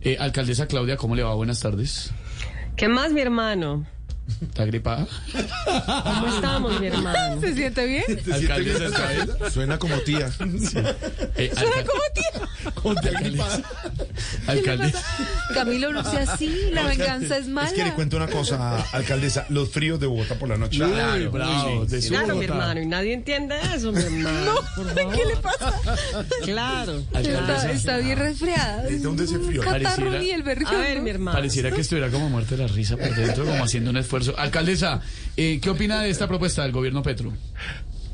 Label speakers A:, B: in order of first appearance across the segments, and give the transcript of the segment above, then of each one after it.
A: Eh, alcaldesa Claudia, ¿cómo le va? Buenas tardes.
B: ¿Qué más, mi hermano?
A: ¿Está gripada?
B: ¿Cómo estamos, mi hermano?
C: ¿Se siente bien?
A: Alcaldesa Isabel.
D: Suena como tía.
A: Eh,
C: Suena
A: alca-
C: como tía.
A: alcaldesa. Alcaldesa.
C: Camilo, no sea así. La venganza es mala.
D: Es que le cuento una cosa, alcaldesa. Los fríos de Bogotá por la noche.
A: Uy, bravo, de su
B: Claro, mi
A: Bogotá.
B: hermano, y nadie entiende eso, mi hermano.
C: ¿Qué le pasa?
B: Claro.
A: Alcaldesa.
C: Está, está bien resfriada.
D: ¿De dónde se frió?
C: Catarro
A: Pareciera-
C: ni el berrión.
B: A ver, mi
C: ¿no?
B: hermano.
A: Pareciera que estuviera como muerte de la risa por dentro, como haciendo un esfuerzo. Alcaldesa, eh, ¿qué opina de esta propuesta del gobierno Petro?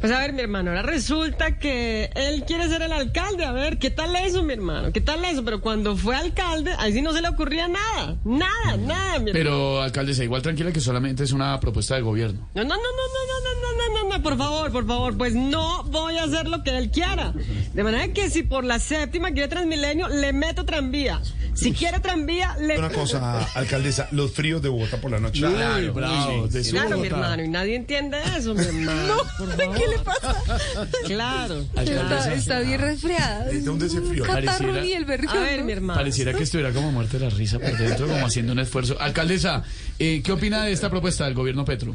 B: Pues a ver, mi hermano, ahora resulta que él quiere ser el alcalde. A ver, ¿qué tal eso, mi hermano? ¿Qué tal eso? Pero cuando fue alcalde, ahí sí no se le ocurría nada. Nada, nada, mi hermano.
A: Pero, alcaldesa, igual tranquila que solamente es una propuesta del gobierno.
B: No, no, no, no, no, no, no, no, no, no, por favor, por favor, pues no voy a hacer lo que él quiera. De manera que si por la séptima quiere Transmilenio, le meto tranvía. Si quiere tranvía, le
D: Una cosa, alcaldesa. Los fríos de Bogotá por la noche.
A: Uy, bravo, de su
B: Claro, mi
A: Bogotá.
B: hermano, y nadie entiende eso, mi hermano. por favor.
C: ¿Qué le pasa?
B: Claro.
C: Está,
A: Alcaldesa.
C: está bien resfriada.
D: ¿De dónde se frió?
C: Catarro
A: Pareciera-
C: ni el berrión.
B: A ver,
C: ¿no?
B: mi hermano.
A: Pareciera que estuviera como muerte de la risa por dentro, como haciendo un esfuerzo. Alcaldesa, eh, ¿qué opina de esta propuesta del gobierno Petro?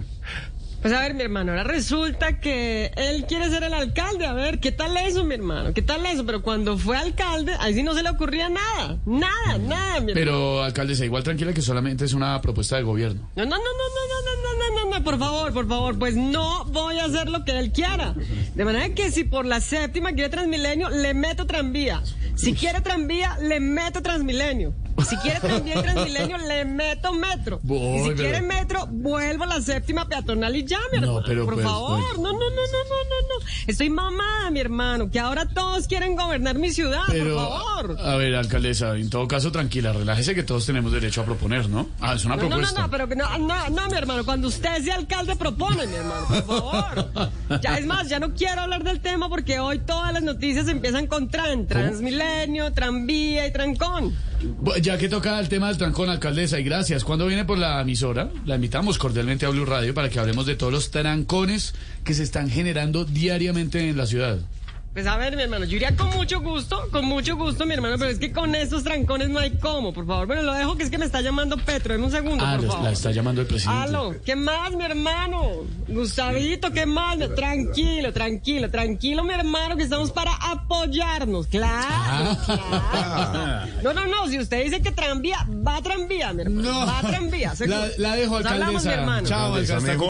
B: Pues a ver, mi hermano, ahora resulta que él quiere ser el alcalde. A ver, ¿qué tal eso, mi hermano? ¿Qué tal eso? Pero cuando fue alcalde, ahí sí no se le ocurría nada. Nada,
C: Mm.
B: nada, mi hermano.
A: Pero, alcaldesa, igual tranquila que solamente es una propuesta del gobierno.
B: No, no, no, no, no, no, no, no, no, no, por favor, por favor, pues no voy a hacer lo que él quiera. De manera que si por la séptima quiere Transmilenio, le meto tranvía. Si quiere tranvía, le meto Transmilenio. Si quiere también Transmilenio, le meto metro.
A: Voy,
B: y si
A: pero-
B: quiere metro, vuelvo a la séptima peatonal y ya, mi
A: No,
B: hermano.
A: pero
B: por
A: pues,
B: favor,
A: pues.
B: no, no, no, no, no, no, no. Estoy mamada, mi hermano, que ahora todos quieren gobernar mi ciudad,
A: Pero,
B: por favor.
A: a ver, alcaldesa, en todo caso, tranquila, relájese que todos tenemos derecho a proponer, ¿no? Ah, es una
B: No, no, no,
A: propuesta.
B: no, pero que no, no, no, mi hermano, cuando usted sea alcalde propone, mi hermano, por favor. Ya es más, ya no quiero hablar del tema porque hoy todas las noticias empiezan con Tran, Transmilenio, Tranvía y Trancón.
A: Bu- Ya que toca el tema del trancón, alcaldesa, y gracias. Cuando viene por la emisora, la invitamos cordialmente a Blue Radio para que hablemos de todos los trancones que se están generando diariamente en la ciudad.
B: Pues a ver, mi hermano, yo iría con mucho gusto, con mucho gusto, mi hermano, pero es que con estos trancones no hay cómo, por favor. Bueno, lo dejo que es que me está llamando Petro, en un segundo,
A: Ah,
B: por
A: la-
B: favor.
A: la está llamando el presidente.
B: Aló, ¿qué más, mi hermano? Gustavito, ¿qué más? mi- Tranquilo, tranquilo, tranquilo, mi hermano, que estamos para apoyarnos.
A: Ah,
B: Claro, claro. No, no, no, si usted dice que tranvía, va a tranvía, mi hermano. Va a tranvía, seguro.
A: la, la dejo,
B: Nos
A: alcaldesa.
B: hablamos, mi hermano.
A: Chao,
D: Alcaldesa,
A: alcaldesa.
D: me voy.